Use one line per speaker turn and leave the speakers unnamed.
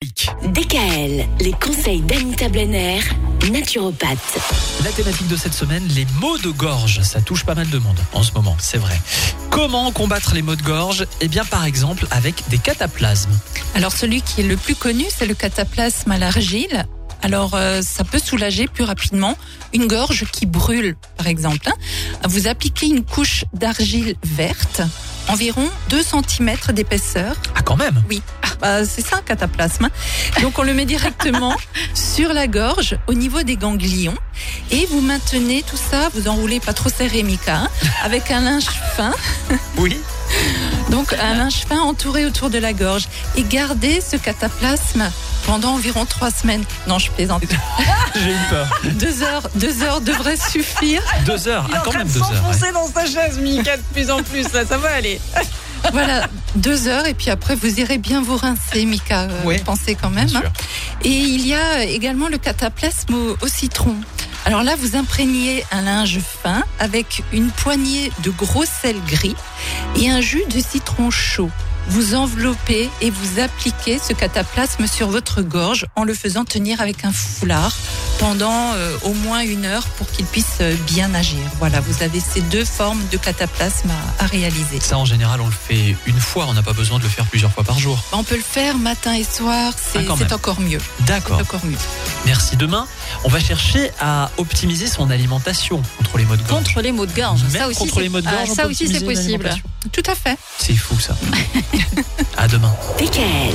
thématique.
DKL, les conseils d'Anita Blenner, naturopathe.
La thématique de cette semaine, les maux de gorge. Ça touche pas mal de monde en ce moment, c'est vrai. Comment combattre les maux de gorge Eh bien, par exemple, avec des cataplasmes.
Alors celui qui est le plus connu, c'est le cataplasme à l'argile. Alors euh, ça peut soulager plus rapidement une gorge qui brûle, par exemple. hein. Vous appliquez une couche d'argile verte, environ 2 cm d'épaisseur.
Ah, quand même
Oui, ah, bah, c'est ça un cataplasme. hein. Donc on le met directement sur la gorge, au niveau des ganglions. Et vous maintenez tout ça, vous enroulez pas trop serré Mika, hein, avec un linge fin.
Oui.
Donc un linge fin entouré autour de la gorge et gardez ce cataplasme pendant environ trois semaines. Non, je plaisante.
J'ai eu peur.
Deux heures, deux heures devraient suffire.
Deux heures.
Il est
Ah,
en
quand
train
même
de
deux heures. ouais.
s'enfoncer dans sa chaise, Mika, de plus en plus. Là, ça va aller.
Voilà, deux heures et puis après vous irez bien vous rincer, Mika. euh,
Ouais.
Pensez quand même.
Bien
hein.
sûr.
Et il y a également le cataplasme au, au citron. Alors là, vous imprégnez un linge fin avec une poignée de gros sel gris et un jus de citron chaud. Vous enveloppez et vous appliquez ce cataplasme sur votre gorge en le faisant tenir avec un foulard pendant euh, au moins une heure pour qu'il puisse euh, bien agir. Voilà, vous avez ces deux formes de cataplasme à- à réaliser.
Ça, en général, on le fait une fois. On n'a pas besoin de le faire plusieurs fois par jour.
On peut le faire matin et soir, c'est
Ah, quand
c'est
même.
encore mieux. C'est
D'accord.
encore mieux.
Merci. Demain, on va chercher à optimiser son alimentation contre les maux de gorge.
Contre les maux de gorge.
Même
ça aussi,
contre
c'est-
les maux de
ah,
gorge, on
ça
peut
aussi, c'est
optimiser
possible.
l'alimentation.
Tout à fait.
C'est fou, ça. à demain.
DKL,